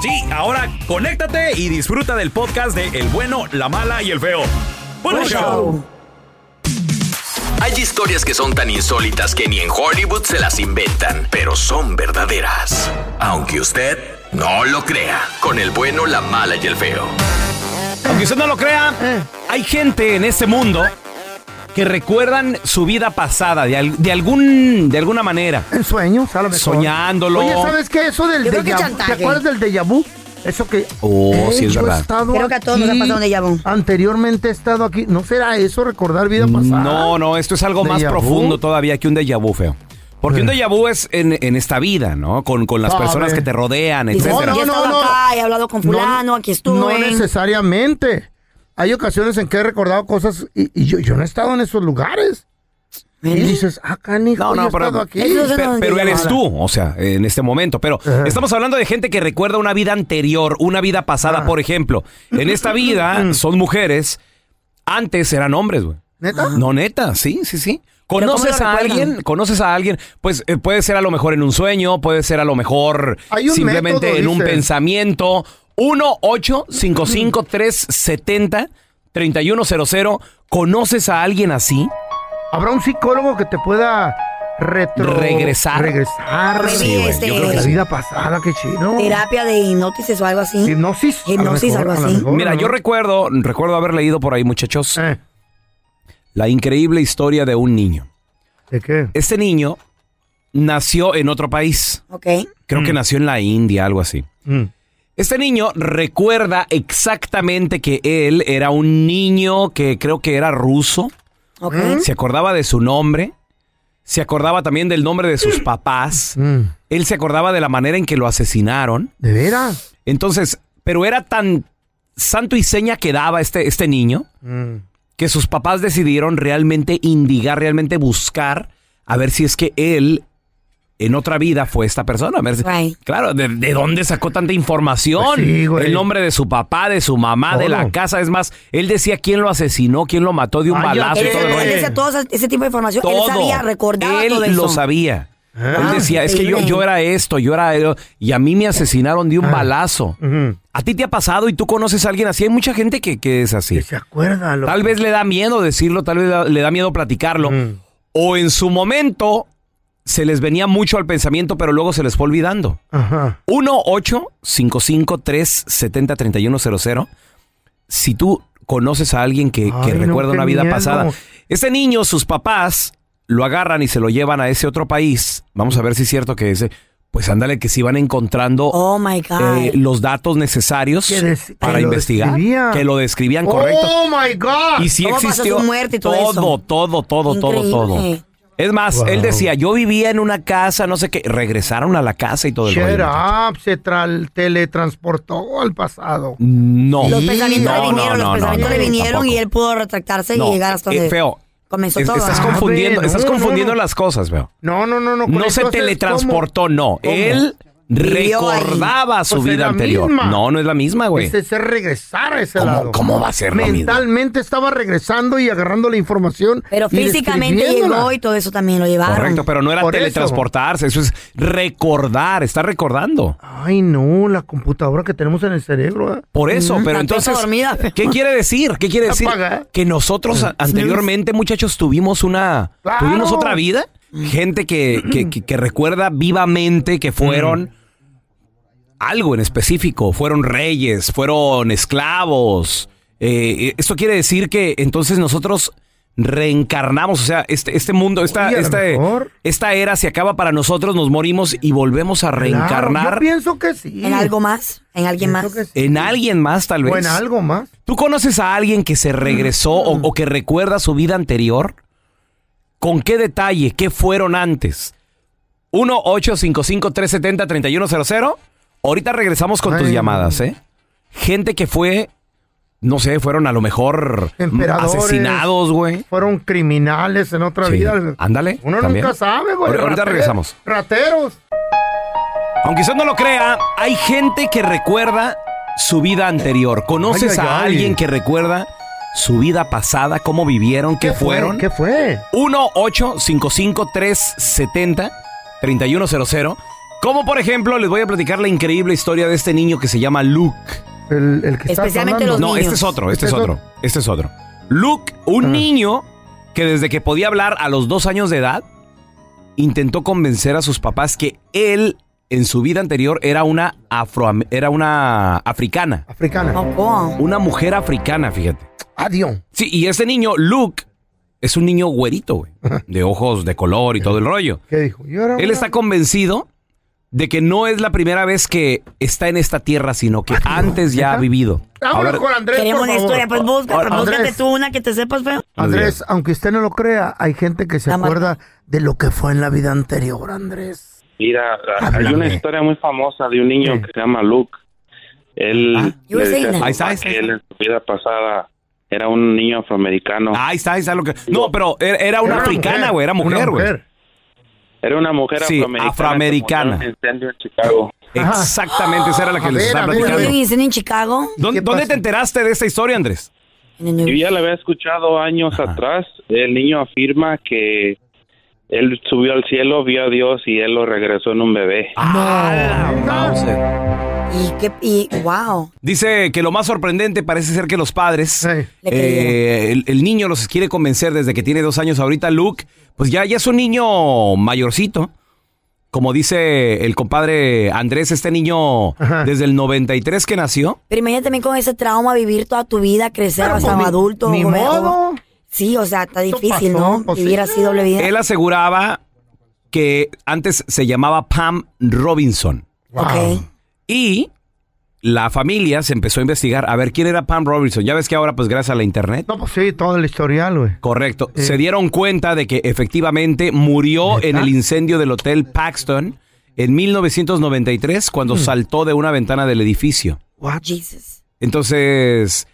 Sí, ahora conéctate y disfruta del podcast de El bueno, la mala y el feo. Buen Buen show. show. Hay historias que son tan insólitas que ni en Hollywood se las inventan, pero son verdaderas. Aunque usted no lo crea, con el bueno, la mala y el feo. Aunque usted no lo Eh. crea, hay gente en este mundo que recuerdan su vida pasada de, al- de algún de alguna manera. En sueños, a lo mejor. Soñándolo. Oye, ¿sabes qué? Eso del Yo creo que déjà vu. ¿Te chantaje. acuerdas del déjà vu? Eso que. Oh, Eh, sí, es yo he verdad. estado Creo que a todos nos ha aquí, pasado un déjà vu. Anteriormente he estado aquí. ¿No será eso recordar vida pasada? No, no, esto es algo más ¿Déjà vu? profundo todavía que un déjà vu, feo. Porque un déjà vu es en, en esta vida, ¿no? Con, con las Eh. A personas ver. que te rodean, Dices, No, etcétera. no, "Yo he estado no, no. acá, he hablado con fulano, aquí estuve. No necesariamente. Hay ocasiones en que he recordado cosas y, y yo, yo no he estado en esos lugares. Y ¿Eh? dices, ah, canijo, No, yo no, he estado pero, aquí. Eso es pe- un pero déjà eres vu. tú, o sea, en este momento. Pero Ajá. estamos hablando de gente que recuerda una vida anterior, una vida pasada, por ejemplo. En esta Mm. vida son mujeres, antes eran hombres, güey. ¿Neta? No, neta, sí, sí, sí. ¿Pero cómo ¿Conoces lo a recuerdan? alguien? ¿Conoces a alguien? Pues eh, puede ser a lo mejor en un sueño, puede ser a lo mejor Hay un simplemente método, en un dice. pensamiento. 1 855 370 3100 ¿Conoces a alguien así? ¿Habrá un psicólogo que te pueda retro... Regresar. Regresar. Sí, este Eh. güey, yo creo que La sí. vida pasada, qué chido. Terapia de hipnosis o algo así. Hipnosis. a lo Hipnosis, mejor, algo a lo así. mejor, Mira, ¿no? yo recuerdo, recuerdo haber leído por ahí, muchachos, Eh, la increíble historia de un niño. ¿De qué? Este niño nació en otro país. Ok. Creo que nació en la India, algo así. Mm. Este niño recuerda exactamente que él era un niño que creo que era ruso. ¿Eh? Ok. Se acordaba de su nombre. Se acordaba también del nombre de sus papás. Mm. Él se acordaba de la manera en que lo asesinaron. ¿De veras? Entonces, pero era tan santo y seña que daba este, este niño Mm. que sus papás decidieron realmente indigar, realmente buscar a ver si es que él en otra vida fue esta persona. A ver si- Right. Claro, ¿de, de dónde sacó tanta información? Pues sí, güey. El nombre de su papá, de su mamá, de la Todo. casa. Es más, él decía quién lo asesinó, quién lo mató de un Ay, yo balazo Él, y todo el él rollo. eh. decía todo ese- ese tipo de información. Todo. Él sabía, recordaba Él todo eso. lo sabía. Ah, él decía, es que yo, increíble. yo era esto, yo era... el- Y a mí me asesinaron de un balazo. Ah, Ujú. ¿A ti te ha pasado y tú conoces a alguien así? Hay mucha gente que, que es así. Que se acuerda. Lo... Tal vez le da miedo decirlo, tal vez da- le da miedo platicarlo. Mm. O en su momento se les venía mucho al pensamiento, pero luego se les fue olvidando. Ajá. 1 855 370 3100 Si tú conoces a alguien que, que Ay, no, recuerda qué una vida miedo. pasada. Este niño, sus papás lo agarran y se lo llevan a ese otro país. Vamos a ver si es cierto que ese... Pues ándale, que si van encontrando Oh my God. eh, los datos necesarios Que des- para que lo investigar. describían. Que lo describían correcto. ¡Oh, my God! Y sí ¿Cómo pasó existió su muerte y todo todo, eso? todo, todo, todo, Increíble. todo. Es más, Wow. él decía, yo vivía en una casa, no sé qué, regresaron a la casa y todo el Shut rollo. up, se tra- teletransportó al pasado. No. Los pensamientos No, le vinieron, no, los no, pensamientos no, le vinieron tampoco. y él pudo retractarse No, y llegar hasta eh, donde feo. comenzó es- todo. estás ¿verdad? Ah, confundiendo, ve, estás no, no, confundiendo no. las cosas, veo. No, no, no, no. con No se eso haces- teletransportó, no. ¿Cómo? Él Vivió ahí. recordaba su Pues es vida la anterior. misma. No, no es la misma, ¿Cómo? güey. Es hacer regresar a ese ¿Cómo- lado. cómo va a ser lo mismo? Mentalmente estaba regresando y agarrando la información. Pero y físicamente describiéndola. llegó y todo eso también lo llevaron. Correcto, pero no era Por eso. teletransportarse, eso. es recordar, está recordando. Ay, no, la computadora que tenemos en el cerebro. ¿eh? Por eso, Ujú, pero la cosa entonces, dormida. ¿qué quiere decir? ¿Qué quiere decir? Apaga. Que nosotros a- anteriormente, muchachos, tuvimos una, Claro. tuvimos otra vida. Gente que, que- que- que recuerda vivamente que Mm. fueron algo en específico, fueron reyes, fueron esclavos. Eh, eh, esto quiere decir que entonces nosotros reencarnamos, o sea, este, este mundo, esta, Oye, a lo esta- mejor. esta era se acaba para nosotros, nos morimos y volvemos a Claro, reencarnar yo pienso que sí. En algo más, en alguien Pienso más. que sí. en alguien más tal vez. O en algo más. Mm. ¿Tú conoces a alguien que se regresó o, o que recuerda su vida anterior? ¿Con qué detalle? ¿Qué fueron antes? 1-855-370-3100 Ahorita regresamos con tus Ay. llamadas, ¿eh? Gente que fue, no sé, fueron a lo mejor Emperadores. asesinados, güey. Fueron criminales en otra Sí. vida. Ándale. Uno también. nunca sabe, güey. Ahor- Ahorita Rater- regresamos. Rateros. Aunque usted no lo crea, hay gente que recuerda su vida anterior. ¿Conoces Ay, ay, a ay. alguien que recuerda su vida pasada, cómo vivieron, qué, fue? fueron? ¿Qué fue? 1-855-370-3100. Como por ejemplo, les voy a platicar la increíble historia de este niño que se llama Luke. El, el que estás Especialmente hablando. los No, niños. este es otro, este, es Este es otro, este es otro. Luke, un Ah. niño que desde que podía hablar a los dos años de edad, intentó convencer a sus papás que él, en su vida anterior, era una afro, era una africana. Africana. No, ¿cómo? Una mujer africana, fíjate. Adiós. Sí, y este niño, Luke, es un niño güerito, güey. De ojos de color y todo el rollo. ¿Qué dijo? Yo era Él una- está convencido de que no es la primera vez que está en esta tierra, sino que antes ya ha vivido. Vámonos Ahora- con Andrés, Queremos por una favor. historia, pues busca, Ahora, búscate Andrés, tú una que te sepas feo. Andrés, aunque usted no lo crea, hay gente que se La ma- acuerda de lo que fue en la vida anterior, Andrés. Mira, hay Háblame. una historia muy famosa de un niño que se llama Luke. Él, Ah, le you're decía a saying su that. Ahí está, mamá ahí está, que ahí él está. en su vida pasada era un niño afroamericano. Ah, ahí está, ahí está lo que. No, pero era- era una africana, güey, era mujer, güey. Era una mujer Sí, afroamericana. afroamericana. que murió en un incendio en Chicago. Ajá. Exactamente, esa era la que A les ver, estaba a ver, platicando. Living in Chicago. ¿Dónde, ¿Qué dónde pasa? te enteraste de esta historia, Andrés? En el New- Yo ya la había escuchado años Ajá. atrás. El niño afirma que él subió al cielo, vio a Dios y él lo regresó en un bebé. Ah, la Mauser. Y qué, y wow. Dice que lo más sorprendente parece ser que los padres, Sí. Le eh, el, el niño los quiere convencer desde que tiene dos años ahorita. Luke, pues ya, ya es un niño mayorcito. Como dice el compadre Andrés, este niño Ajá. desde el 93 que nació. Pero imagínate también con ese trauma vivir toda tu vida, crecer Pero, hasta pues, ni- adulto. ni joven, modo. o- Sí, o sea, está Esto difícil, pasó, ¿no? pues, Vivir sí. así doble vida. Él aseguraba que antes se llamaba Pam Robinson. Wow. Ok. Y la familia se empezó a investigar a ver quién era Pam Robinson. Ya ves que ahora, pues gracias a la internet. No, pues sí, todo el historial, güey. Correcto. Sí. Se dieron cuenta de que efectivamente murió en el incendio del Hotel Paxton en 1993 cuando saltó de una ventana del edificio. Hmm. What? Jesus. Entonces,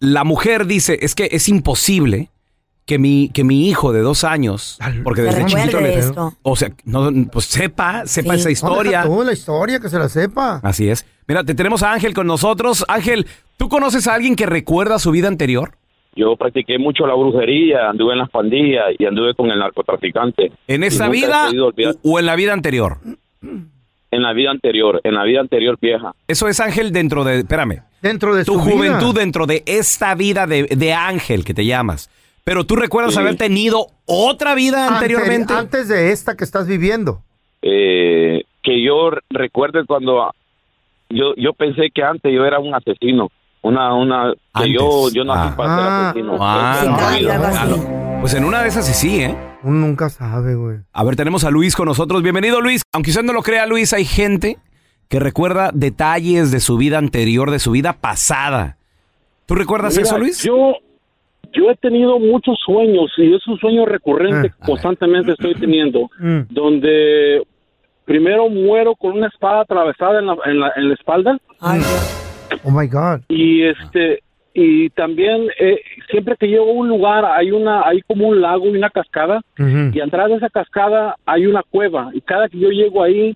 la mujer dice, es que es imposible que mi, que mi hijo de dos años, Al- porque Que desde Te chiquito recuerde le... esto. O sea, no, pues sepa, sepa Sí. esa No, historia. deja tú la historia, que se la sepa. Así es. Mira, te tenemos a Ángel con nosotros. Ángel, ¿tú conoces a alguien que recuerda su vida anterior? Yo practiqué mucho la brujería, anduve en las pandillas y anduve con el narcotraficante. ¿En Y esta nunca he vida podido olvidar- o en la vida anterior? En la vida anterior, en la vida anterior vieja. Eso es Ángel dentro de... Espérame. Dentro de Tu su juventud vida. dentro de esta vida de, de Ángel que te llamas. Pero tú recuerdas Sí. haber tenido otra vida Anteri- anteriormente. Antes de esta que estás viviendo. Eh, que yo recuerde cuando yo yo pensé que antes yo era un asesino, una una ah, que yo Antes. yo nací Ah. para ser Ah. asesino. Ah, Sí, Esa es la claro, vida. algo así. Pues en una de esas sí, sí, ¿eh? Uno nunca sabe, güey. A ver, tenemos a Luis con nosotros. Bienvenido, Luis. Aunque usted no lo crea, Luis, hay gente que recuerda detalles de su vida anterior, de su vida pasada. ¿Tú recuerdas Mira, eso, Luis? Yo, yo he tenido muchos sueños y es un sueño recurrente Eh. Ah, que constantemente estoy teniendo, Mm. donde primero muero con una espada atravesada en la, en la, en la espalda Ay, Dios. Oh my God. y este y también eh, siempre que llego a un lugar hay una hay como un lago y una cascada Ujú. y atrás de esa cascada hay una cueva y cada que yo llego ahí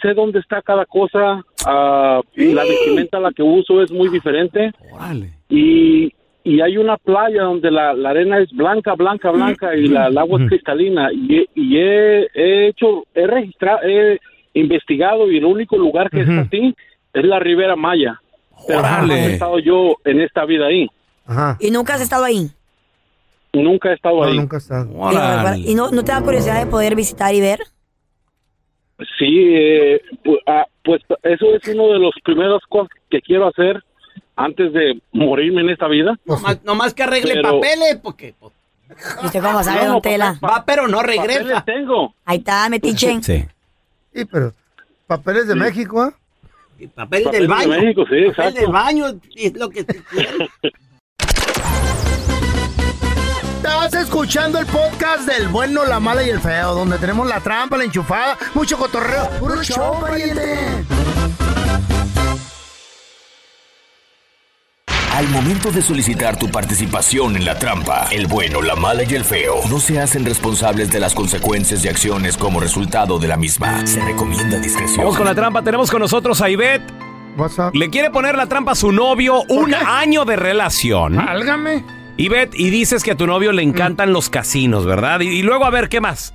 sé dónde está cada cosa ah, y la vestimenta la que uso es muy diferente Órale. y, y hay una playa donde la, la arena es blanca, blanca, blanca y la, el agua es cristalina. Y, he- y he, he hecho, he registrado, he investigado y el único lugar que Ujú. es así es la Ribera Maya. Pero Órale. jamás he estado yo en esta vida ahí. Ajá. Y nunca has estado ahí. Nunca he estado No, ahí. nunca sabe. Órale. Y no, no te da curiosidad de poder visitar y ver. Sí, eh, pu- ah, pues, eso es uno de los primeros cosas que quiero hacer antes de morirme en esta vida. Nomás, nomás que arregle Pero- papeles, porque pues, ¿Y usted cómo sabe, No, don papá, Tela? va, pero no Papeles regresa. tengo. Ahí está, metiche. Sí. Sí, pero papeles de México, ¿ah? Y Papel, Papel del de baño. México, papel sí, exacto. del baño es lo que tú quieres. Estás escuchando el podcast del bueno, la mala y el feo, donde tenemos la trampa, la enchufada, mucho cotorreo. ¡Puro show, pariente! Al momento de solicitar tu participación en la trampa, el bueno, la mala y el feo no se hacen responsables de las consecuencias y acciones como resultado de la misma. Se recomienda discreción. Vamos con la trampa. Tenemos con nosotros a Ivette. Le quiere poner la trampa a su novio un año de relación. Álgame. Ivette, y dices que a tu novio le encantan los casinos, ¿verdad? Y, y luego, a ver, ¿qué más?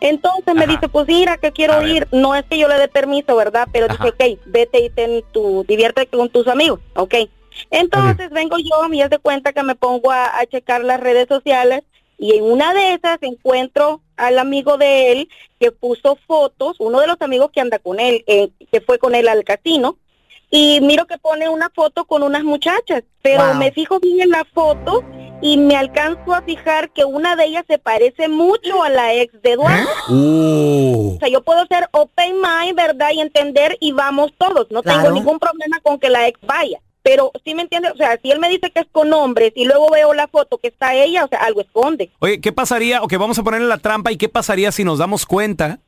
Entonces me dice, pues mira, que quiero ir. No es que yo le dé permiso, ¿verdad? Pero dije, ok, vete y ten tu, diviértete con tus amigos, ok. Entonces vengo yo y hace cuenta que me pongo a, a checar las redes sociales y en una de esas encuentro al amigo de él que puso fotos, uno de los amigos que anda con él, eh, que fue con él al casino, y miro que pone una foto con unas muchachas, pero me fijo bien en la foto y me alcanzo a fijar que una de ellas se parece mucho a la ex de Eduardo. O sea, yo puedo ser open mind, ¿verdad? Y entender y vamos todos. No tengo ningún problema con que la ex vaya. Pero sí me entiendes, o sea, si él me dice que es con hombres y luego veo la foto que está ella, o sea, algo esconde. Oye, ¿qué pasaría? Ok, vamos a ponerle la trampa. ¿Y qué pasaría si nos damos cuenta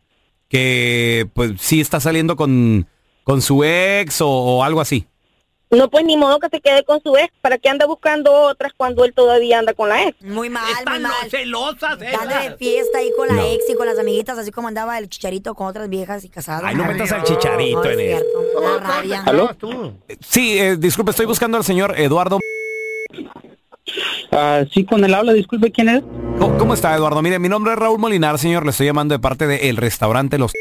que, pues, sí está saliendo con, con su ex o, o algo así? No, pues ni modo que se quede con su ex. ¿Para qué anda buscando otras cuando él todavía anda con la ex? Muy mal, muy mal. celosas, eh. Dale de fiesta ahí con la ex y con las amiguitas, así como andaba el chicharito con otras viejas y casadas. Ay, no metas al chicharito No, es en él. cierto, me da rabia. ¿Aló? Tú. Sí, eh, disculpe, estoy buscando al señor Eduardo. Ah, sí, con el habla, disculpe, ¿quién es? ¿Cómo, cómo está, Eduardo? Mire, mi nombre es Raúl Molinar, señor. Le estoy llamando de parte del restaurante Los...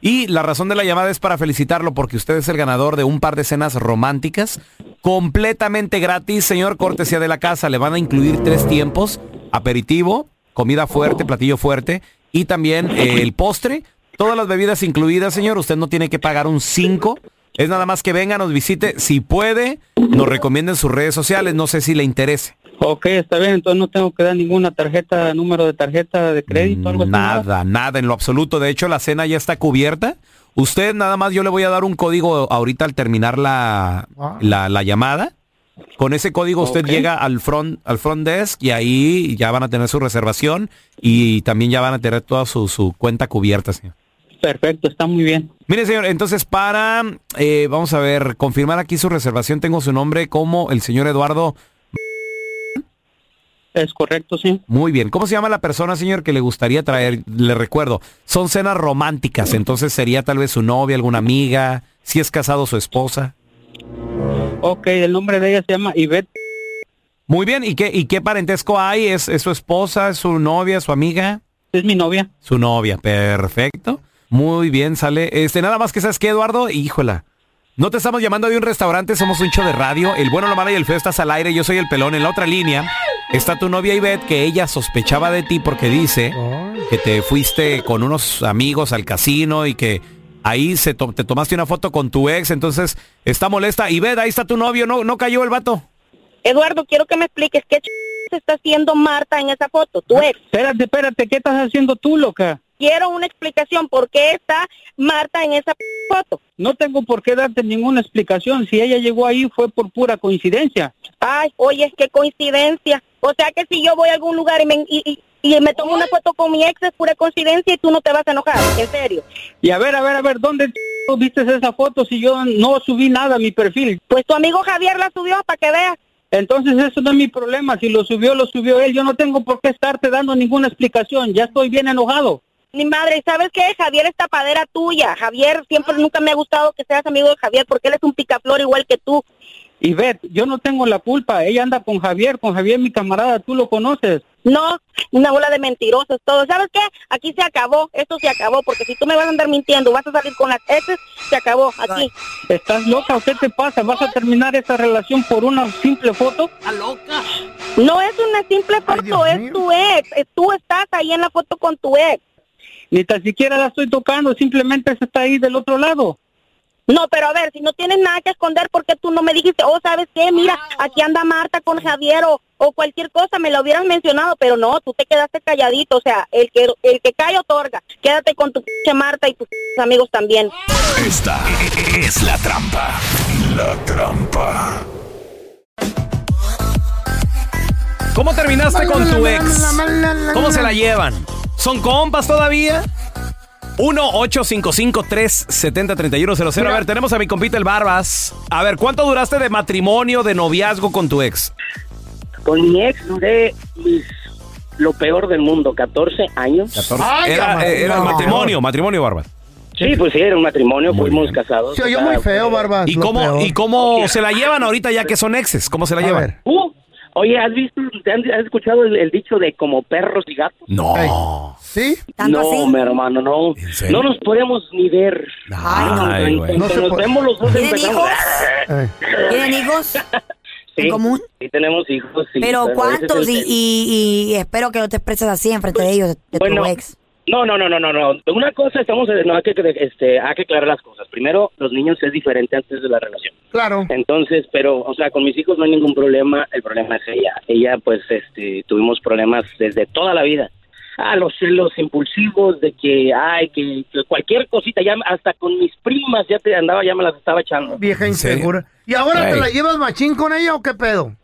Y la razón de la llamada es para felicitarlo porque usted es el ganador de un par de cenas románticas completamente gratis, señor, cortesía de la casa. Le van a incluir tres tiempos, aperitivo, comida fuerte, platillo fuerte y también eh, el postre. Todas las bebidas incluidas, señor. Usted no tiene que pagar un 5. Es nada más que venga, nos visite. Si puede, nos recomienden sus redes sociales. No sé si le interese. Ok, está bien, entonces no tengo que dar ninguna tarjeta, número de tarjeta de crédito, algo así. Nada, nada en lo absoluto. De hecho, la cena ya está cubierta. Usted nada más, yo le voy a dar un código ahorita al terminar la, Wow. la, la llamada. Con ese código usted Ok. llega al front, al front desk y ahí ya van a tener su reservación y también ya van a tener toda su, su cuenta cubierta, señor. Perfecto, está muy bien. Mire, señor, entonces para, eh, vamos a ver, confirmar aquí su reservación, tengo su nombre como el señor Eduardo. Es correcto, sí. Muy bien. ¿Cómo se llama la persona, señor, que le gustaría traer? Le recuerdo, son cenas románticas, entonces sería tal vez su novia, alguna amiga, si es casado su esposa. Ok, el nombre de ella se llama Ivette. Muy bien, ¿y qué, y qué parentesco hay? ¿Es, es su esposa, es su novia, es su amiga? Es mi novia. Su novia, perfecto. Muy bien, sale. Este, nada más que sabes qué, Eduardo, híjola. No te estamos llamando de un restaurante, somos un show de radio. El bueno, la mala y el feo estás al aire, yo soy el pelón. En la otra línea está tu novia Ivette, que ella sospechaba de ti porque dice que te fuiste con unos amigos al casino y que ahí se to- te tomaste una foto con tu ex, entonces está molesta. Ivette, ahí está tu novio, no, no cayó el vato. Eduardo, quiero que me expliques qué ch... se está haciendo Marta en esa foto, tu ex. Ah, Espérate, espérate, ¿qué estás haciendo tú, loca? Quiero una explicación por qué está Marta en esa p- foto. No tengo por qué darte ninguna explicación. Si ella llegó ahí fue por pura coincidencia. Ay, oye, qué coincidencia. O sea que si yo voy a algún lugar y me, y, y- y me tomo una foto con mi ex es pura coincidencia y tú no te vas a enojar, en serio. Y a ver, a ver, a ver, ¿dónde ch- viste esa foto si yo no subí nada a mi perfil? Pues tu amigo Javier la subió para que veas. Entonces eso no es mi problema. Si lo subió, lo subió él. Yo no tengo por qué estarte dando ninguna explicación. Ya estoy bien enojado. Mi madre, ¿y ¿sabes qué? Javier es tapadera tuya. Javier, siempre nunca me ha gustado que seas amigo de Javier porque él es un picaflor igual que tú. Y Ivette, yo no tengo la culpa. Ella anda con Javier, con Javier mi camarada, tú lo conoces. No, una bola de mentirosos todos. ¿Sabes qué? Aquí se acabó, esto se acabó, porque si tú me vas a andar mintiendo, vas a salir con las exes, se acabó, aquí. ¿Estás loca o qué te pasa? ¿Vas a terminar esa relación por una simple foto? Está loca. No es una simple Ay, foto, Dios es mío. tu ex. Eh, Tú estás ahí en la foto con tu ex. Ni tan siquiera la estoy tocando, simplemente se está ahí del otro lado. No, pero a ver, si no tienes nada que esconder, ¿por qué tú no me dijiste, oh, ¿sabes qué? Mira, aquí anda Marta con Javier o, o cualquier cosa, me lo hubieras mencionado, pero no, tú te quedaste calladito. O sea, el que, el que calla otorga. Quédate con tu pinche Marta y tus pinches amigos también. Esta es la trampa. La trampa. ¿Cómo terminaste con tu ex? La, la, la, la, la, la, la. ¿Cómo se la llevan? ¿Son compas todavía? 1-855-370-3100. A ver, tenemos a mi compita el Barbas. A ver, ¿cuánto duraste de matrimonio, de noviazgo con tu ex? Con mi ex duré mis- lo peor del mundo, 14 años. Ay, Era, camarada. eh, era No. matrimonio, matrimonio, Barbas. Sí, pues sí, era un matrimonio, fuimos casados. Se oyó o sea, pues, muy feo, Barbas. ¿Y lo cómo, peor. ¿Y cómo se la llevan ahorita ya que son exes? ¿Cómo se la A llevan? ver. Uh, oye, ¿has visto, te han- has escuchado el, el dicho de como perros y gatos? No. ¿Sí? ¿Tanto no, así? mi hermano, no. ¿En serio? No nos podemos ni ver. Ay, En güey. cuanto No se nos puede. vemos los dos ¿Tienen empezamos. hijos? Eh. ¿Tienen hijos Sí, en común? sí tenemos hijos. sí, Pero ese es ¿cuántos? Y, el tema. y- y espero que no te expreses así enfrente de ellos, de Bueno, tu ex. No, no, no, no, no, no. Una cosa estamos, no hay que este, hay que aclarar las cosas. Primero, los niños es diferente antes de la relación. Claro. Entonces, pero, o sea, con mis hijos no hay ningún problema. El problema es ella. Ella, pues, este, tuvimos problemas desde toda la vida. Ah, los celos impulsivos de que, ay, que, que cualquier cosita, ya hasta con mis primas ya te andaba, ya me las estaba echando. Vieja ¿En serio? insegura. ¿Y ahora te Ey. la llevas machín con ella o qué pedo?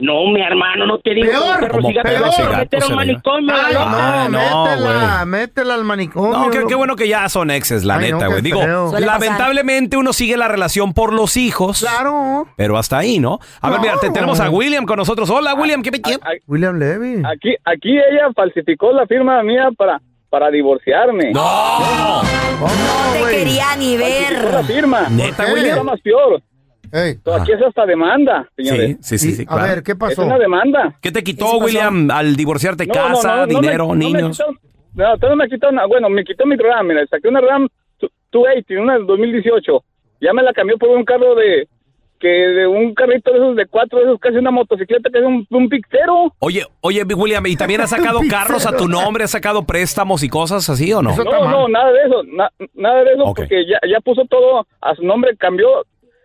No, Oh, mi hermano, no te digo. Peor, como perros como y gatos, me perros y gatos metieron se la lleva. manicomio, Ay, loco. Ah, no, no, métela, métela al manicomio. No, qué, loco. qué bueno que ya son exes, la Ay, no, neta, qué güey. Digo, feo. Suele pasar. lamentablemente uno sigue la relación por los hijos. Claro. Pero hasta ahí, ¿no? A ver, No, mira, te- tenemos a güey. William con nosotros. Hola, William, ¿qué me quieres? William Levy. Aquí, aquí ella falsificó la firma mía para, para divorciarme. ¡No! Oh, No te güey. quería ni Falsificó la ver. firma. ¿Neta, ¿Qué? Está William? más peor. Ey. So, Aquí es hasta demanda, Sí, señores. sí, sí, Y- sí, a claro. ver, ¿qué Es pasó? una demanda. ¿Qué te ¿Qué quitó, pasó? William, al divorciarte? No, no, no, casa, no me- dinero, no me niños. quitaron- no, todavía me quitaron. ah, Bueno, me quitó mi RAM. Mira, saqué una RAM 280, una del 2018. Ya me la cambió por un carro de. que de un carrito de esos de cuatro, de esos casi una motocicleta, que es un, un pictero. Oye, oye, William, ¿y también has sacado carros a tu nombre? ¿Has sacado préstamos y cosas así o no? Eso- está No, mal. no, nada de eso, na- nada de eso, Ok. porque ya, ya puso todo a su nombre, cambió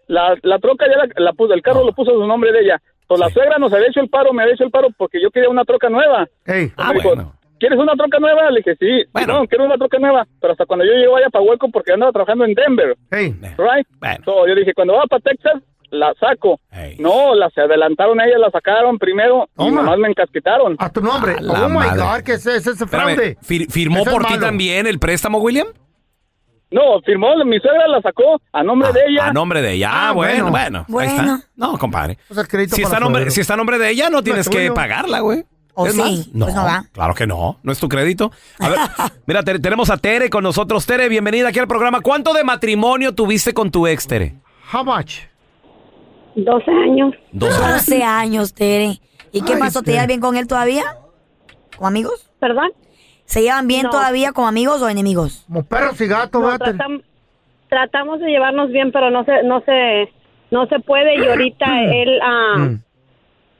la, la troca, ya la, la puso, el Ah. carro lo puso a su nombre de ella. Pues la suegra nos había hecho el paro, me había hecho el paro porque yo quería una troca nueva. Ey. Ah, Me dijo, bueno. ¿Quieres una troca nueva? Le dije, sí. Bueno. No, quiero una troca nueva. Pero hasta cuando yo llego allá para Hueco porque andaba trabajando en Denver, Ey. right? Bueno. So, yo dije, cuando va para Texas, la saco. Ey. No, la se adelantaron a ella, la sacaron primero y Toma. nomás me encasquetaron. A tu nombre. A la Oh my madre. God, ¿qué es ese, ese Espérame, fraude? ¿fir- ¿firmó Eso es por ti malo. también el préstamo, William? No, firmó, mi suegra la sacó a nombre Ah, de ella. A nombre de ella. Ah, Ah, bueno, bueno. bueno. Ahí está. No, compadre. O sea, crédito Si para está, a nombre, suegro. si está a nombre de ella, no tienes que tuyo. pagarla, güey. ¿O Es sí? más, no, Pues no va. claro que no. No es tu crédito. A ver, mira, Tere, tenemos a Tere con nosotros. Tere, bienvenida aquí al programa. ¿Cuánto de matrimonio tuviste con tu ex, Tere? How much? 12 años. Dos años. 12 años, Tere. ¿Y qué Ay, pasó? ¿Te Tere. llevas bien con él todavía? ¿Como amigos? ¿Perdón? ¿Se llevan bien No. todavía como amigos o enemigos? Como perros y gatos, No, ¿verdad? tratam- tratamos de llevarnos bien, pero no se, no se, no se puede. Y ahorita él, ah, Mm.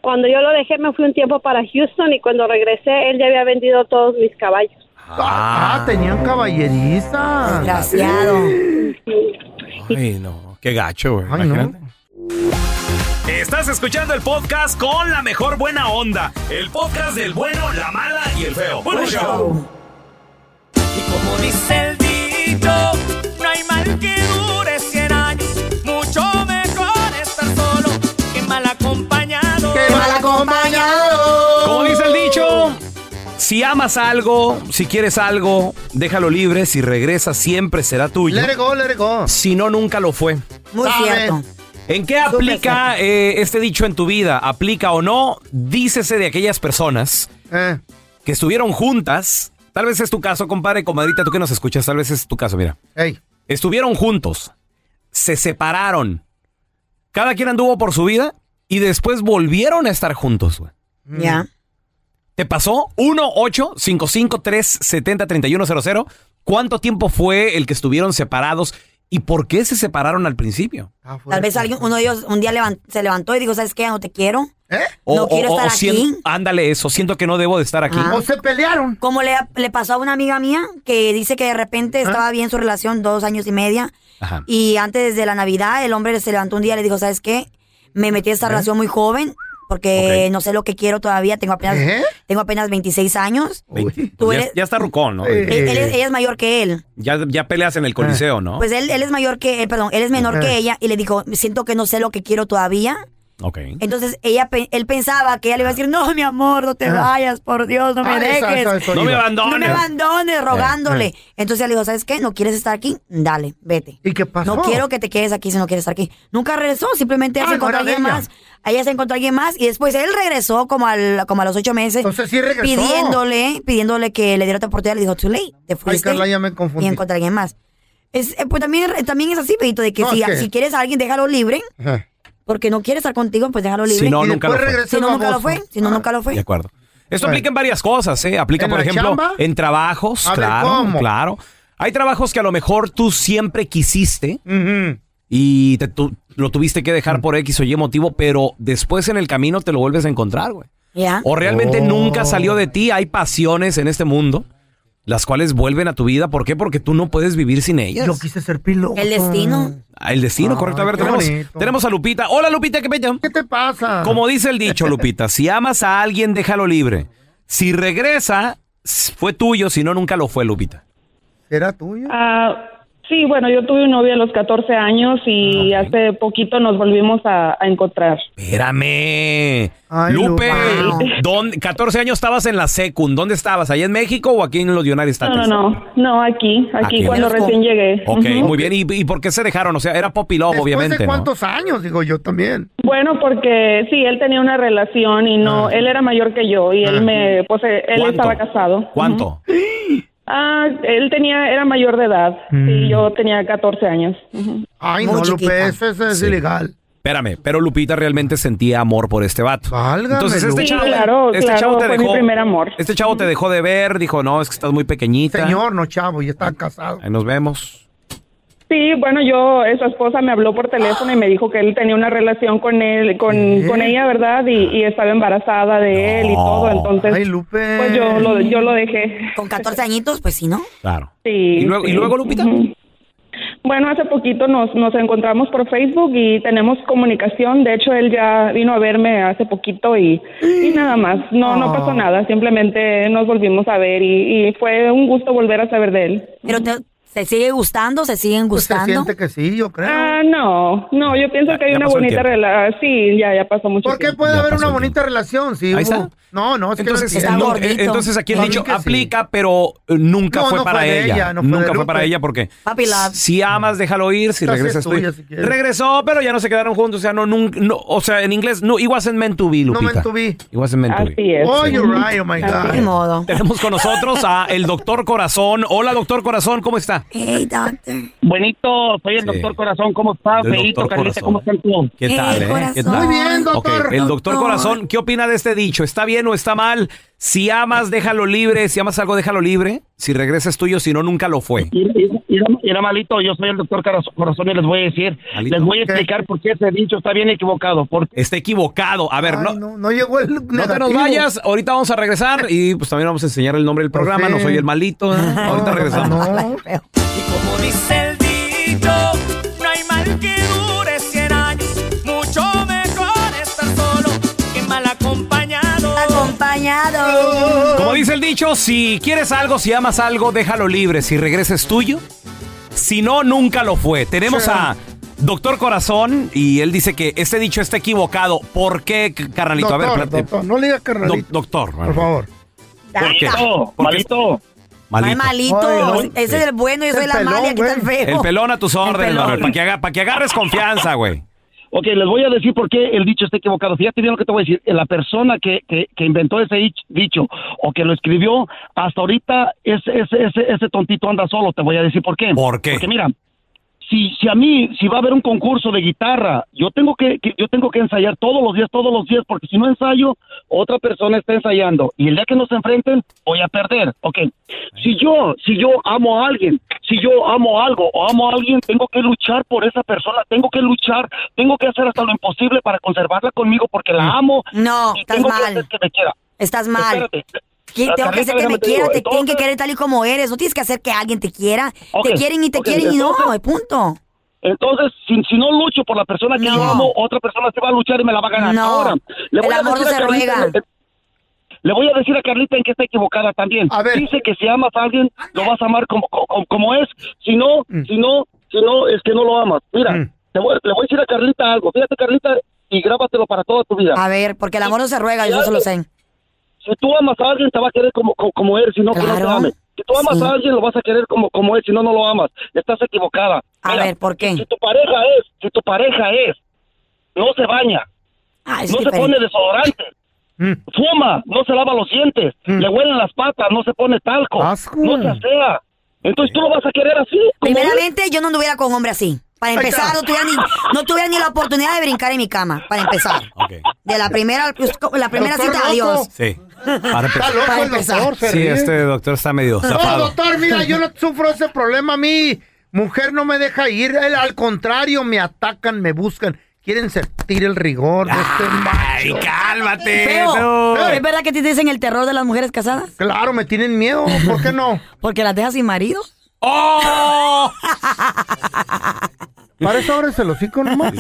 cuando yo lo dejé, me fui un tiempo para Houston y cuando regresé, él ya había vendido todos mis caballos. Ah, tenían caballeriza. Desgraciado. Ay, no. Qué gacho, güey. Ay, no. Imagínate. Estás escuchando el podcast con la mejor buena onda. El podcast del bueno, la mala y el feo. Bueno, show. Y como dice el dicho, no hay mal que dure 100 años. Mucho mejor estar solo que mal acompañado. ¡Qué mal acompañado! Como dice el dicho, si amas algo, si quieres algo, déjalo libre. Si regresa, siempre será tuyo. Let it go, let it go. Si no, nunca lo fue. Muy Sabe. cierto. ¿En qué aplica eh, este dicho en tu vida? ¿Aplica o no? Dícese de aquellas personas Eh, que estuvieron juntas. Tal vez es tu caso, compadre, comadrita, tú que nos escuchas, tal vez es tu caso, mira. ey. Estuvieron juntos, se separaron, cada quien anduvo por su vida y después volvieron a estar juntos, güey. Ya. ¿Te pasó? 1 8 70 3100 ¿Cuánto tiempo fue el que estuvieron separados y por qué se separaron al principio? Ah, fuerte. Tal vez alguien, uno de ellos un día levan- se levantó y dijo, ¿sabes qué? Ya no te quiero. ¿Eh? No quiero estar sien- aquí. Ándale eso, siento que no debo de estar aquí. Ah. ¿O se pelearon? Como le, le pasó a una amiga mía que dice que de Ah. repente estaba bien su relación, dos años y media, Ajá. y antes de la Navidad el hombre se levantó un día y le dijo, ¿sabes qué? Me metí en esta relación muy joven porque Ok. no sé lo que quiero todavía, tengo apenas, ¿Eh? tengo apenas 26 años. Veinte- pues Tú ya, eres- ya está rucón, ¿no? Eh. Él- él es- ella es mayor que él. Ya, ya peleas en el coliseo, ¿no? Pues él, él es mayor que, él, eh, perdón, él es menor Eh. que ella y le dijo, siento que no sé lo que quiero todavía. Ok. Entonces ella, pe- él pensaba que ella le iba a decir, no, mi amor, no te Ajá. vayas, por Dios, no me Ah, dejes. esa, esa, esa, No me iba. abandones. No me Eh, abandones, rogándole. Entonces ella le dijo, ¿sabes qué? ¿No quieres estar aquí? Dale, vete. ¿Y qué pasó? No quiero que te quedes aquí si no quieres estar aquí. Nunca regresó, simplemente ella Ah, se encontró no era alguien de ella. más. Ella se encontró alguien más y después él regresó como, al, como a los ocho meses. Entonces sí regresó. Pidiéndole, pidiéndole que le diera otra oportunidad. Le dijo, too late, te Ay, fuiste Carla, ya me y confundí. encontré a alguien más. Es, eh, pues también, también es así, Pedito, de que, No, si, es que- si quieres a alguien, déjalo libre. Ajá. Porque no quiere estar contigo, pues déjalo Si libre. no, Y nunca después lo fue. regresó Si no, el nunca lo baboso. fue. Si no, nunca lo De fue. acuerdo. Esto aplica en varias cosas, ¿eh? Aplica, ¿En por la ejemplo, chamba? en trabajos, A ver, claro, ¿cómo? claro. Hay trabajos que a lo mejor tú siempre quisiste y te tu- lo tuviste que dejar por X o Y motivo, pero después en el camino te lo vuelves a encontrar, güey. Ya. O Oh. realmente nunca salió de ti. Hay pasiones en este mundo, las cuales vuelven a tu vida. ¿Por qué? Porque tú no puedes vivir sin ellas. Yo quise ser piloto. El destino. Ah, El destino, correcto. A ver, qué tenemos, bonito. tenemos a Lupita. Hola, Lupita, ¿qué pecho? ¿Qué te pasa? Como dice el dicho, Lupita, si amas a alguien, déjalo libre. Si regresa, s- fue tuyo, si no, nunca lo fue, Lupita. ¿Era tuyo? Ah, sí, bueno, yo tuve un novio a los 14 años y Ah, hace poquito nos volvimos a, a encontrar. Espérame. Lupe, ¿dónde- 14 años estabas en la secund. ¿Dónde estabas? ¿Allá en México o aquí en los United States? No, no, no, no, aquí, aquí, Aquí. cuando recién llegué. Ok, Ujú. muy bien. ¿Y, y por qué se dejaron? O sea, era Poppy Love, obviamente. ¿Hace ¿no? cuántos años? Digo yo también. Bueno, porque sí, él tenía una relación y no, él era mayor que yo y él me, pues eh, él Ah. ¿Cuánto? estaba casado. ¿Cuánto? Ah, él tenía, era mayor de edad y yo tenía 14 años. Ay, no, Lupe, eso es, es Sí. ilegal. Espérame, pero Lupita realmente sentía amor por este vato. Entonces este Sí, chavo, claro, este claro, chavo te fue mi dejó, primer amor. este chavo te dejó de ver, dijo, no, es que estás muy pequeñita. Señor, no, chavo, ya está casado. Ahí nos vemos. Sí, bueno, yo, esa esposa me habló por teléfono y me dijo que él tenía una relación con él, con, con ella, ¿verdad? Y, y estaba embarazada de él y todo, entonces, pues yo lo, yo lo dejé. Con 14 añitos, pues sí, ¿no? Claro. Sí. ¿Y luego- y luego, Lupita? Ujú. Bueno, hace poquito nos, nos encontramos por Facebook y tenemos comunicación. De hecho, él ya vino a verme hace poquito y, y nada más. No, no pasó nada. Simplemente nos volvimos a ver y, y fue un gusto volver a saber de él. Pero te- se sigue gustando, se siguen gustando. Siente que sí, yo creo. Ah, no, no, yo pienso que hay ya una pasó el bonita tiempo. relación. Sí, ya, ya pasó mucho ¿Por qué tiempo. puede haber una bonita relación? Sí, Ahí hubo- está. No, no, es Entonces, que no no, eh, entiendo. entonces aquí el Para mí dicho que sí. aplica, pero eh, nunca No, fue no para fue de ella. ella, no fue de nunca fue Lupe. para ella porque Papi love. si amas, déjalo ir, si Esta sí regresas es tú. tuya, si quieres. Regresó, pero ya no se quedaron juntos, o sea, no, nunca, no, o sea, en inglés, no, it wasn't meant to be, Lupita. meant to be. It wasn't meant to be. Así es. Oh, you're right, oh my God. Ni modo. Tenemos con nosotros a el doctor Corazón. Hola, doctor Corazón, ¿cómo está? Hey, doctor. Buenito, soy el Sí. doctor Corazón, ¿cómo estás? El Feito, doctor Carlita, Corazón. ¿cómo estás tú? ¿Qué tal, eh? ¿Qué tal? Muy bien, doctor. Ok, El doctor Doctor. Corazón, ¿qué opina de este dicho? ¿Está bien o está mal? Si amas, déjalo libre. Si amas algo, déjalo libre. Si regresas tuyo, si no, nunca lo fue. Mira, mira, malito, yo soy el doctor Corazón- Corazón y les voy a decir, les voy a explicar por qué ese dicho está bien equivocado. Porque Está equivocado. A ver, no, No, no llegó el no te nos negativo. vayas. Ahorita vamos a regresar y pues también vamos a enseñar el nombre del programa. sé. No soy el malito. ¿eh? Ahorita regresamos. Ah, Como dice el dicho, no hay mal que dure 100 años. Mucho mejor estar solo que mal acompañado. Acompañado. Como dice el dicho, si quieres algo, si amas algo, déjalo libre. Si regreses tuyo, si no, nunca lo fue. Tenemos a Doctor Corazón y él dice que este dicho está equivocado. ¿Por qué, c- carnalito? a ver, Doctor, plate- doctor, no le digas doc- carnalito. doctor. Por favor. ¿Por qué? Malito, Porque- malito. No hay malito. Ay, no. Ese es el bueno, yo soy la mala, aquí está el feo. El pelón a tus órdenes, pelón. Manuel, para que, haga- para que agarres confianza, güey. Ok, les voy a decir por qué el dicho está equivocado. Fíjate bien lo que te voy a decir. La persona que, que, que inventó ese dich- dicho o que lo escribió, hasta ahorita ese, ese, ese, ese tontito anda solo. Te voy a decir por qué. ¿Por qué? Porque mira, si, si a mí, si va a haber un concurso de guitarra, yo tengo que, que- yo tengo que ensayar todos los días, todos los días, porque si no ensayo, otra persona está ensayando. Y el día que nos enfrenten, voy a perder. Ok. Si yo, si yo amo a alguien, si yo amo algo o amo a alguien, tengo que luchar por esa persona, tengo que luchar, tengo que hacer hasta lo imposible para conservarla conmigo porque la amo. Mm. No, y estás tengo mal. Que hacer que me quiera. Estás mal. Espérate. ¿Qui- Tengo que hacer que Déjame me te digo, quieras, te tienen entonces- que querer tal y como eres. No tienes que hacer que alguien te quiera. Ok, Te quieren y te ok, quieren y no, entonces- punto. Entonces, si, si no lucho por la persona que yo amo, otra persona se va a luchar y me la va a ganar. No, Ahora, el amor no decir a se Carlita- ruega. Le voy a decir a Carlita en que está equivocada también. Dice que si amas a alguien, lo vas a amar como, como, como es. Si Mm. no, si no, si no, es que no lo amas. Mira, te voy- le voy a decir a Carlita algo. Fíjate, Carlita, y grábatelo para toda tu vida. A ver, porque el amor no se ruega, yo no se lo sé. Si tú amas a alguien, te va a querer como, como, como él, si no, que no te Claro. ame. Si tú amas Sí. a alguien, lo vas a querer como, como él, si no, no lo amas. Estás equivocada. A ver, ¿por qué? Si tu pareja es, si tu pareja es, no se baña, Ah, es no se diferente. pone desodorante, fuma, no se lava los dientes, le huelen las patas, no se pone talco, no se asea. Entonces tú lo vas a querer así. como él. Primeramente, yo no anduviera con hombre así. Para Ahí está. empezar, no tuviera, ni, no tuviera ni la oportunidad de brincar en mi cama. Para empezar. De la primera, la primera Doctor cita, loco. adiós. Sí. Para Está loco Para el doctor, se Sí, ríe. este doctor está medio No, zafado. doctor, mira, yo no sufro ese problema. Mi mujer no me deja ir. Él, al contrario, me atacan, me buscan. Quieren sentir el rigor de este Ah. macho. cálmate! Feo. Eh, no. ¿Es verdad que te dicen el terror de las mujeres casadas? Claro, me tienen miedo. ¿Por qué no? Porque las dejas sin marido. ¡Oh! Para eso ahora se los hocico nomás.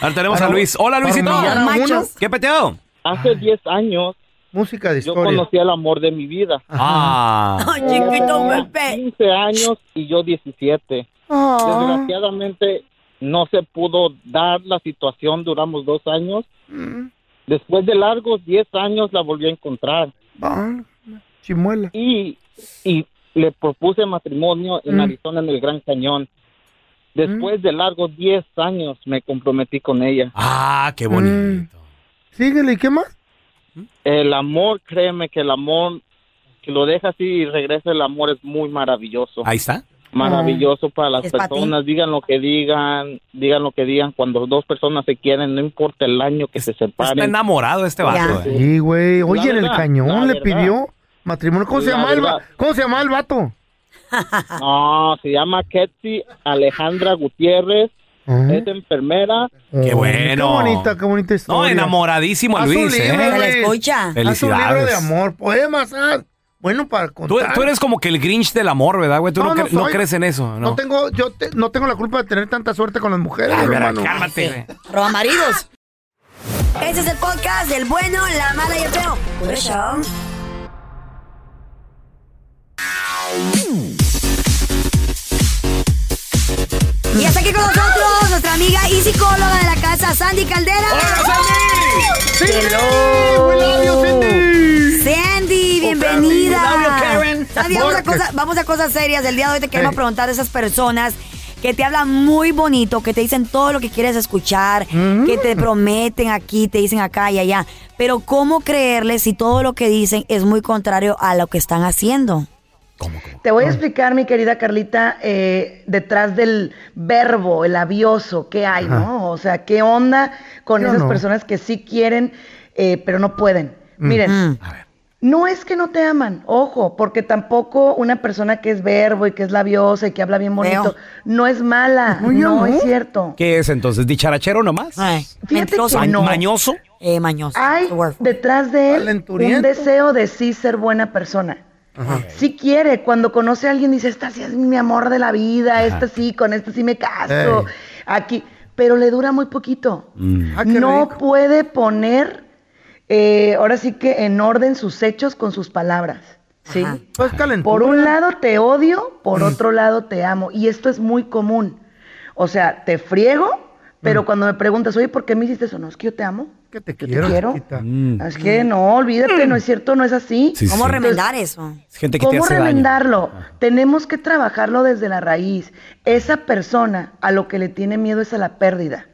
Ahora tenemos a Para- Luis. Hola, para Luisito. humillar a uno. ¿Qué peteo? Hace 10 años. Música de Yo historia. conocí al amor de mi vida. Ah. Ay, chiquito, Ella tenía 15 años y yo 17. Ah. Desgraciadamente no se pudo dar la situación, duramos dos años. Mm. Después de largos 10 años la volví a encontrar. Chimuela. Y, y le propuse matrimonio en Mm. Arizona, en el Gran Cañón. Después de largos 10 años me comprometí con ella. Ah, qué bonito. Mm. Síguele, ¿y qué más? El amor, créeme que el amor, que lo dejas y regresa el amor es muy maravilloso. Ahí está. Ah. Maravilloso para las Es pa' ti. personas, digan lo que digan, digan lo que digan, cuando dos personas se quieren, no importa el año que se separen. Está enamorado este vato. eh. Sí, güey. La Oye, en el verdad, la cañón le verdad. pidió matrimonio. ¿Cómo se, La llama el va- verdad. ¿Cómo se llama el vato? No, se llama Ketty Alejandra Gutiérrez, es enfermera. Qué bueno. Qué bonita, qué bonita historia. enamoradísimo el Haz un Luis, libro, ¿eh? Luis. Se le escucha. Haz un libro Felicidades. de amor, poemas, haz. Bueno, para Tú, contar. tú eres como que el Grinch del amor, ¿verdad, güey? Tú no, cre- no soy- crees en eso, ¿no? No, tengo, yo te- no tengo la culpa de tener tanta suerte con las mujeres, hermano. Cálmate. Roba maridos. Ese Este es el podcast del bueno, la mala y el feo. Por eso. Y está aquí con nosotros nuestra amiga y psicóloga de la casa, Sandy Caldera. ¡Hola, Sandy! ¡Hello! Sandy, bienvenida. Sandy, we love you, Karen. Sandy, vamos a, Porque- cosa- vamos a cosas serias. El día de hoy te queremos Hey. preguntar de esas personas que te hablan muy bonito, que te dicen todo lo que quieres escuchar, que te prometen aquí, te dicen acá y allá. Pero ¿cómo creerles si todo lo que dicen es muy contrario a lo que están haciendo? Te voy a explicar, mi querida Carlita, eh, detrás del verbo, el avioso, qué hay, Ajá. ¿no? O sea, qué onda con Yo esas no. personas que sí quieren, eh, pero no pueden. Mm. Miren, Mm. no es que no te aman, ojo, porque tampoco una persona que es verbo y que es labiosa y que habla bien bonito, Feo. no es mala, no, amor. es cierto. ¿Qué es entonces? ¿Dicharachero nomás? Fíjate que Ma- no. ¿Mañoso? Eh, mañoso. Hay detrás de él un Calenturiento. deseo de sí ser buena persona. Sí quiere, cuando conoce a alguien dice, esta sí es mi amor de la vida, esta sí, con esta sí me caso, Ey. aquí, pero le dura muy poquito. Mm. Ah, qué no puede poner, eh, ahora sí que en orden sus hechos con sus palabras. ¿sí? Por un lado te odio, por otro lado te amo, y esto es muy común. O sea, te friego, pero cuando me preguntas, oye, ¿por qué me hiciste eso? No, es que yo te amo. Que te Yo te quiero. Mm. Es que no, olvídate, no es cierto, no es así. Sí, Mm. ¿Cómo sí. remendar eso? Es gente que te ¿Cómo hace daño. Ah. remendarlo? Tenemos que trabajarlo desde la raíz. Esa persona a lo que le tiene miedo es a la pérdida.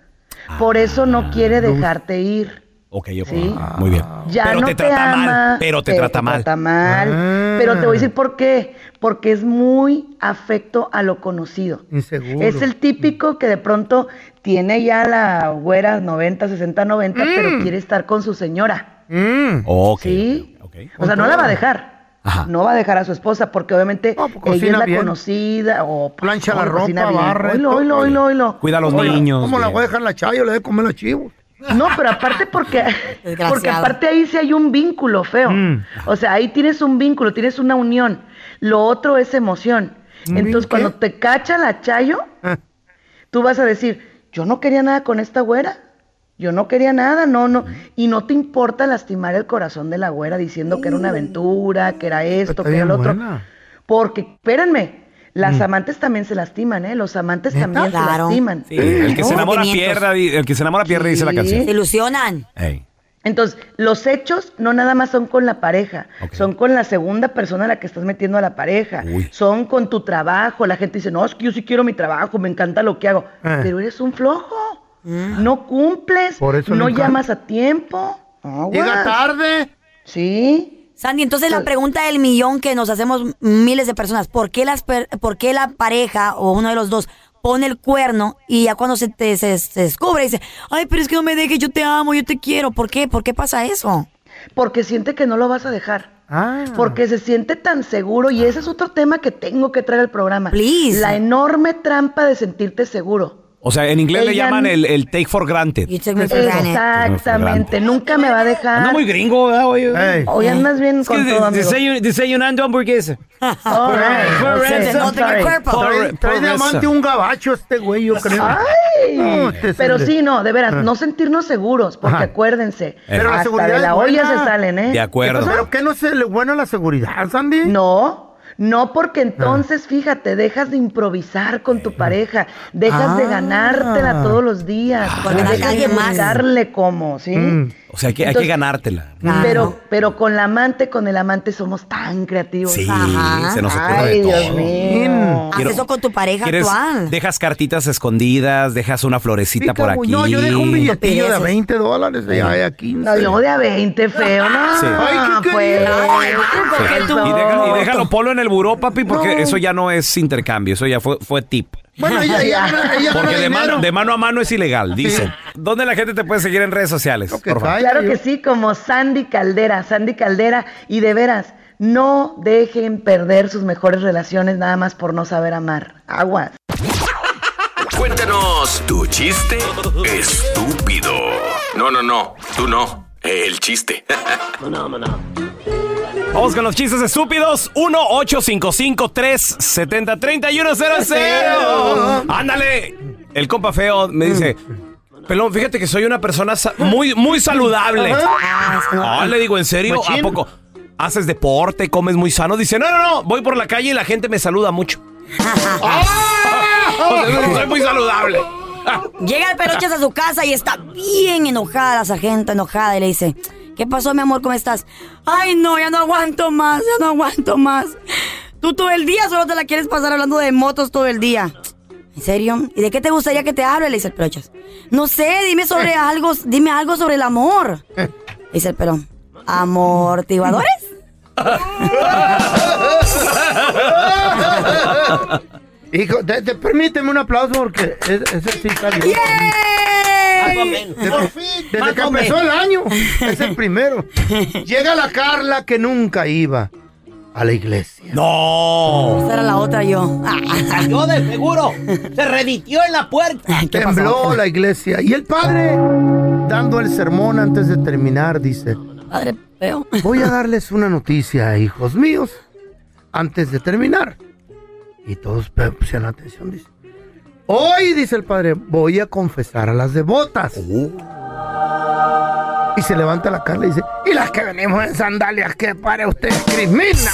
Ah. Por eso no quiere luz. dejarte ir. Ok, yo Sí. Muy bien. Ya pero no te trata ama, mal. Pero te trata mal. trata mal. Ah. Pero te voy a decir por qué. Porque es muy afecto a lo conocido. Inseguro. Es el típico que de pronto tiene ya la güera 90, 60, 90, pero Mm. quiere estar con su señora. Mm. Ok. ¿Sí? O sea, no la va a dejar. No va a dejar a su esposa porque obviamente ella es pues cocina la bien. conocida o Plancha la o cocina ropa, bien. barre, Oilo, todo. oilo, oilo, oilo. Cuida a los Oilo. niños. ¿Cómo la bien. voy a dejar la chaya? Yo le voy a comer los chivos. No, pero aparte porque, porque aparte ahí sí hay un vínculo feo. Mm. O sea, ahí tienes un vínculo, tienes una unión. Lo otro es emoción. Entonces, cuando te cacha la chayo, Ah. tú vas a decir, yo no quería nada con esta güera. Yo no quería nada, no, Mm. no. Y no te importa lastimar el corazón de la Mm. güera diciendo que era una aventura, que era esto, que era lo otro. Porque, espérenme, Las Mm. amantes también se lastiman, ¿eh? Los amantes también se Claro. lastiman. Sí, el que se ¿No? enamora pierda, di- el que se enamora pierde, dice la canción. Se ilusionan. Ey. Entonces, los hechos no nada más son con la pareja, son con la segunda persona a la que estás metiendo a la pareja, son con tu trabajo. La gente dice, no, es que yo sí quiero mi trabajo, me encanta lo que hago, Ah. pero eres un flojo, no cumples, Por eso no nunca- llamas a tiempo. Aguas. Llega tarde. Oh, Sí. Sandy, entonces la pregunta del millón que nos hacemos miles de personas, ¿por qué, las per- por qué la pareja o uno de los dos pone el cuerno y ya cuando se, te, se, se descubre dice, ay, pero es que no me dejes, yo te amo, yo te quiero, ¿por qué? ¿Por qué pasa eso? Porque siente que no lo vas a dejar. Ah. Porque se siente tan seguro y ese es otro tema que tengo que traer al programa. La enorme trampa de sentirte seguro. O sea, en inglés le Ella llaman no- el, el take for granted. Exactamente, nunca me va a dejar. Anda muy gringo, ¿verdad? Hoy, Ey. Hoy andas bien Es que con de- todo, amigo. desayun- desayunando hamburguesa. All right, For okay. ransom, Se nota en el sorry. cuerpo. For- Trae- for Trae de ransom. amante un gabacho este güey, yo creo. Ay, No, te pero sale. sí, no, de veras, Ah. no sentirnos seguros, porque Ajá. acuérdense, Pero la hasta seguridad de es la olla buena. se salen, ¿eh? De acuerdo. ¿Qué pasó? ¿Pero qué no es el- bueno la seguridad, Sandy? No, no, porque Ah. entonces, fíjate, dejas de improvisar con tu pareja, dejas de Ah. ganártela todos los días, porque Ándale. dejas de Alguien más. buscarle cómo, ¿sí? Mm. O sea, hay que, hay que Entonces- ganártela. Pero, pero con la amante, con el amante somos tan creativos. Sí, Ajá. se nos ocurre Ay, de Dios todo. mío. Haz Quiero- eso con tu pareja ¿Quieres- Dejas cartitas escondidas, dejas una florecita por aquí. No, yo dejo un billetillo de a 20 dólares, de ahí a 15. No, yo de a 20, feo, no. Sí. Ay, qué pues, Sí. ¿por qué tú? Y, deja- y déjalo polo en el buró, papi, porque eso ya no es intercambio, eso ya fue, fue tip. Bueno, ella, ella, gana- ella gana Porque de dinero. mano, de mano a mano es ilegal, dicen. ¿Dónde la gente te puede seguir en redes sociales? por favor? Claro que sí, como Sandy Caldera, Sandy Caldera, y de veras, no dejen perder sus mejores relaciones nada más por no saber amar. Aguas. Cuéntanos tu chiste estúpido. No, no, no. Tú no. El chiste. Vamos con los chistes estúpidos. 1-855-370-3100. Ándale. El compa feo me dice. Pelón, fíjate que soy una persona sa- muy, muy saludable. Ah, le digo, ¿en serio? ¿A Machín. poco? ¿Haces deporte? ¿Comes muy sano? Dice, no, no, no. Voy por la calle y la gente me saluda mucho. Oh. soy muy saludable. Llega el peluches a su casa y está bien enojada, sargento, enojada, y le dice, ¿qué pasó, mi amor? ¿Cómo estás? Ay, no, ya no aguanto más, ya no aguanto más. Tú todo el día solo te la quieres pasar hablando de motos todo el día. ¿En serio? ¿Y de qué te gustaría que te hable? Le dice el peluches. No sé, dime sobre algo, dime algo sobre el amor. Dice el pelón. ¿Amortiguadores? Hijo, te, te- permíteme un aplauso porque es- ese sí está bien. Más o menos. Desde- Por fin. Desde Más que o empezó menos. el año, es el primero. Llega la Carla que nunca iba a la iglesia. ¡No! Esa era la otra yo. Salió de seguro. Se reditió en la puerta. Ah, Tembló la iglesia. Y el padre, dando el sermón antes de terminar, dice: Padre feo. Voy a darles una noticia, hijos míos, antes de terminar. Y todos pe- pusieron atención, dice. Hoy, dice el padre, voy a confesar a las devotas. Y se levanta la Carla y dice, y las que venimos en sandalias, que para usted discrimina.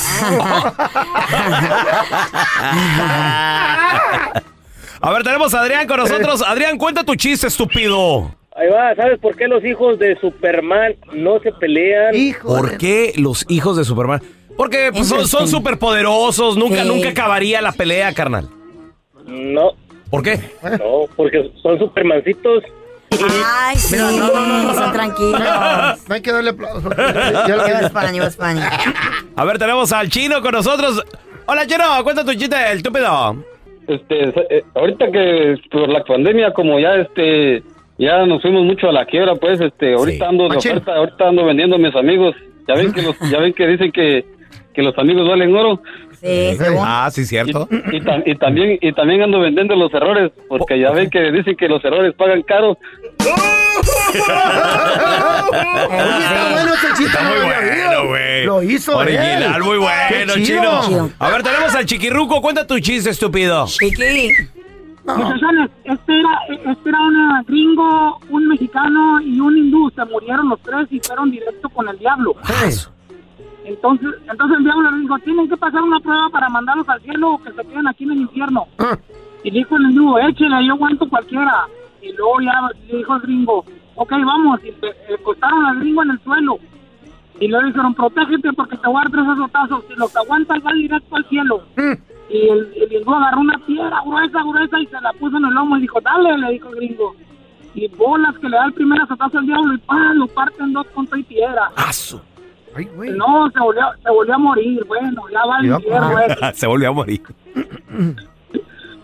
A ver, tenemos a Adrián con nosotros. Adrián, cuenta tu chiste estúpido. Ahí va, ¿sabes por qué los hijos de Superman no se pelean? ¿Por qué los hijos de Superman? Porque pues, son, son Interesting. superpoderosos, nunca, Sí. nunca acabaría la pelea, carnal. No. ¿Por qué? No, porque son Supermancitos. Ay, sí, son tranquilos. No hay que darle aplausos. España, España. A ver, tenemos al chino con nosotros. Hola, chino, cuenta tu chiste estúpido. este, eh, ahorita que por la pandemia como ya este ya nos fuimos mucho a la quiebra, pues este ahorita ando de Machín. oferta, ahorita ando vendiendo a mis amigos. Ya ven que los ya ven que dicen que que los amigos valen oro. Sí, Ah, sí, cierto. Y, tam- y también y también ando vendiendo los errores, Oh, porque ya ven que dicen que los errores pagan caro. Está bueno este chiste, Está no muy lo había oído. bueno, güey. Lo hizo Original, él. muy Qué bueno, chido. chino. A ver, tenemos al chiquirruco. Cuenta tu chiste estúpido. Chiqui. Muchachones, este era, este era un gringo, un mexicano y un hindú. Se murieron los tres y fueron directo con el diablo. Entonces, entonces el diablo le dijo, tienen que pasar una prueba para mandarlos al cielo o que se queden aquí en el infierno. Y dijo el hindú, échela, yo aguanto cualquiera. Y luego ya le dijo el gringo, ok, vamos. Y pe- eh, acostaron al gringo en el suelo. Y le dijeron, protégete porque te voy a dar tres azotazos. Si los aguantas, va directo al cielo. Y el, el gringo agarró una piedra gruesa, gruesa y se la puso en el lomo y dijo, dale, le dijo el gringo. Y bolas que le da el primer azotazo al diablo y ¡pam! lo parte en dos con seis piedras. No, se volvió, se volvió a morir. Bueno, ya va el infierno. eh. Se volvió a morir.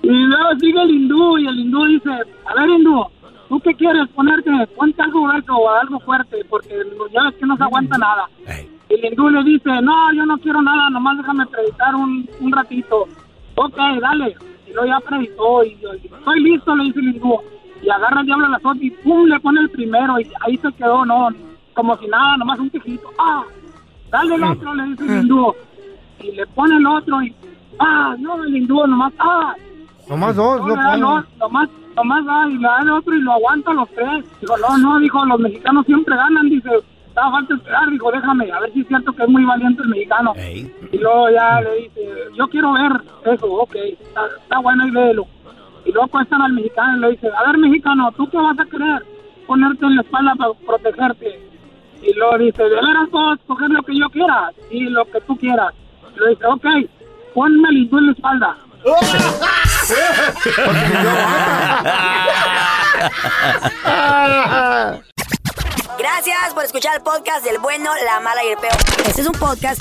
Y luego sigue el hindú y el hindú dice, a ver hindú, ¿tú qué quieres ponerte? Ponte algo grueso o algo fuerte porque ya ves que no se aguanta nada. Y el hindú le dice, no, yo no quiero nada, nomás déjame predicar un, un ratito. Ok, dale. Y luego ya predicó y, y estoy listo, le dice el hindú. Y agarra el diablo a la sota y pum, le pone el primero y ahí se quedó, no, como si nada, nomás un quejito. Ah, dale el otro, le dice el hindú. Y le pone el otro y ah, no, el hindú nomás, ah. Nomás dos, No, no le da, puedo. no, nomás, nomás da y le da el otro y lo aguanta los tres. Dijo, no, no, dijo, los mexicanos siempre ganan, dice, estaba falta esperar, dijo, déjame, a ver si es cierto que es muy valiente el mexicano. Y luego ya le dice, yo quiero ver eso, ok, está, está bueno y léelo. Y luego cuestan al mexicano y le dice, a ver mexicano, ¿tú qué vas a querer? Ponerte en la espalda para protegerte. Y luego dice, de veras puedo escoger lo que yo quiera y lo que tú quieras. Y le dice, ok, ponme el hindú en la espalda. Gracias por escuchar el podcast del bueno, la mala y el peor. Este es un podcast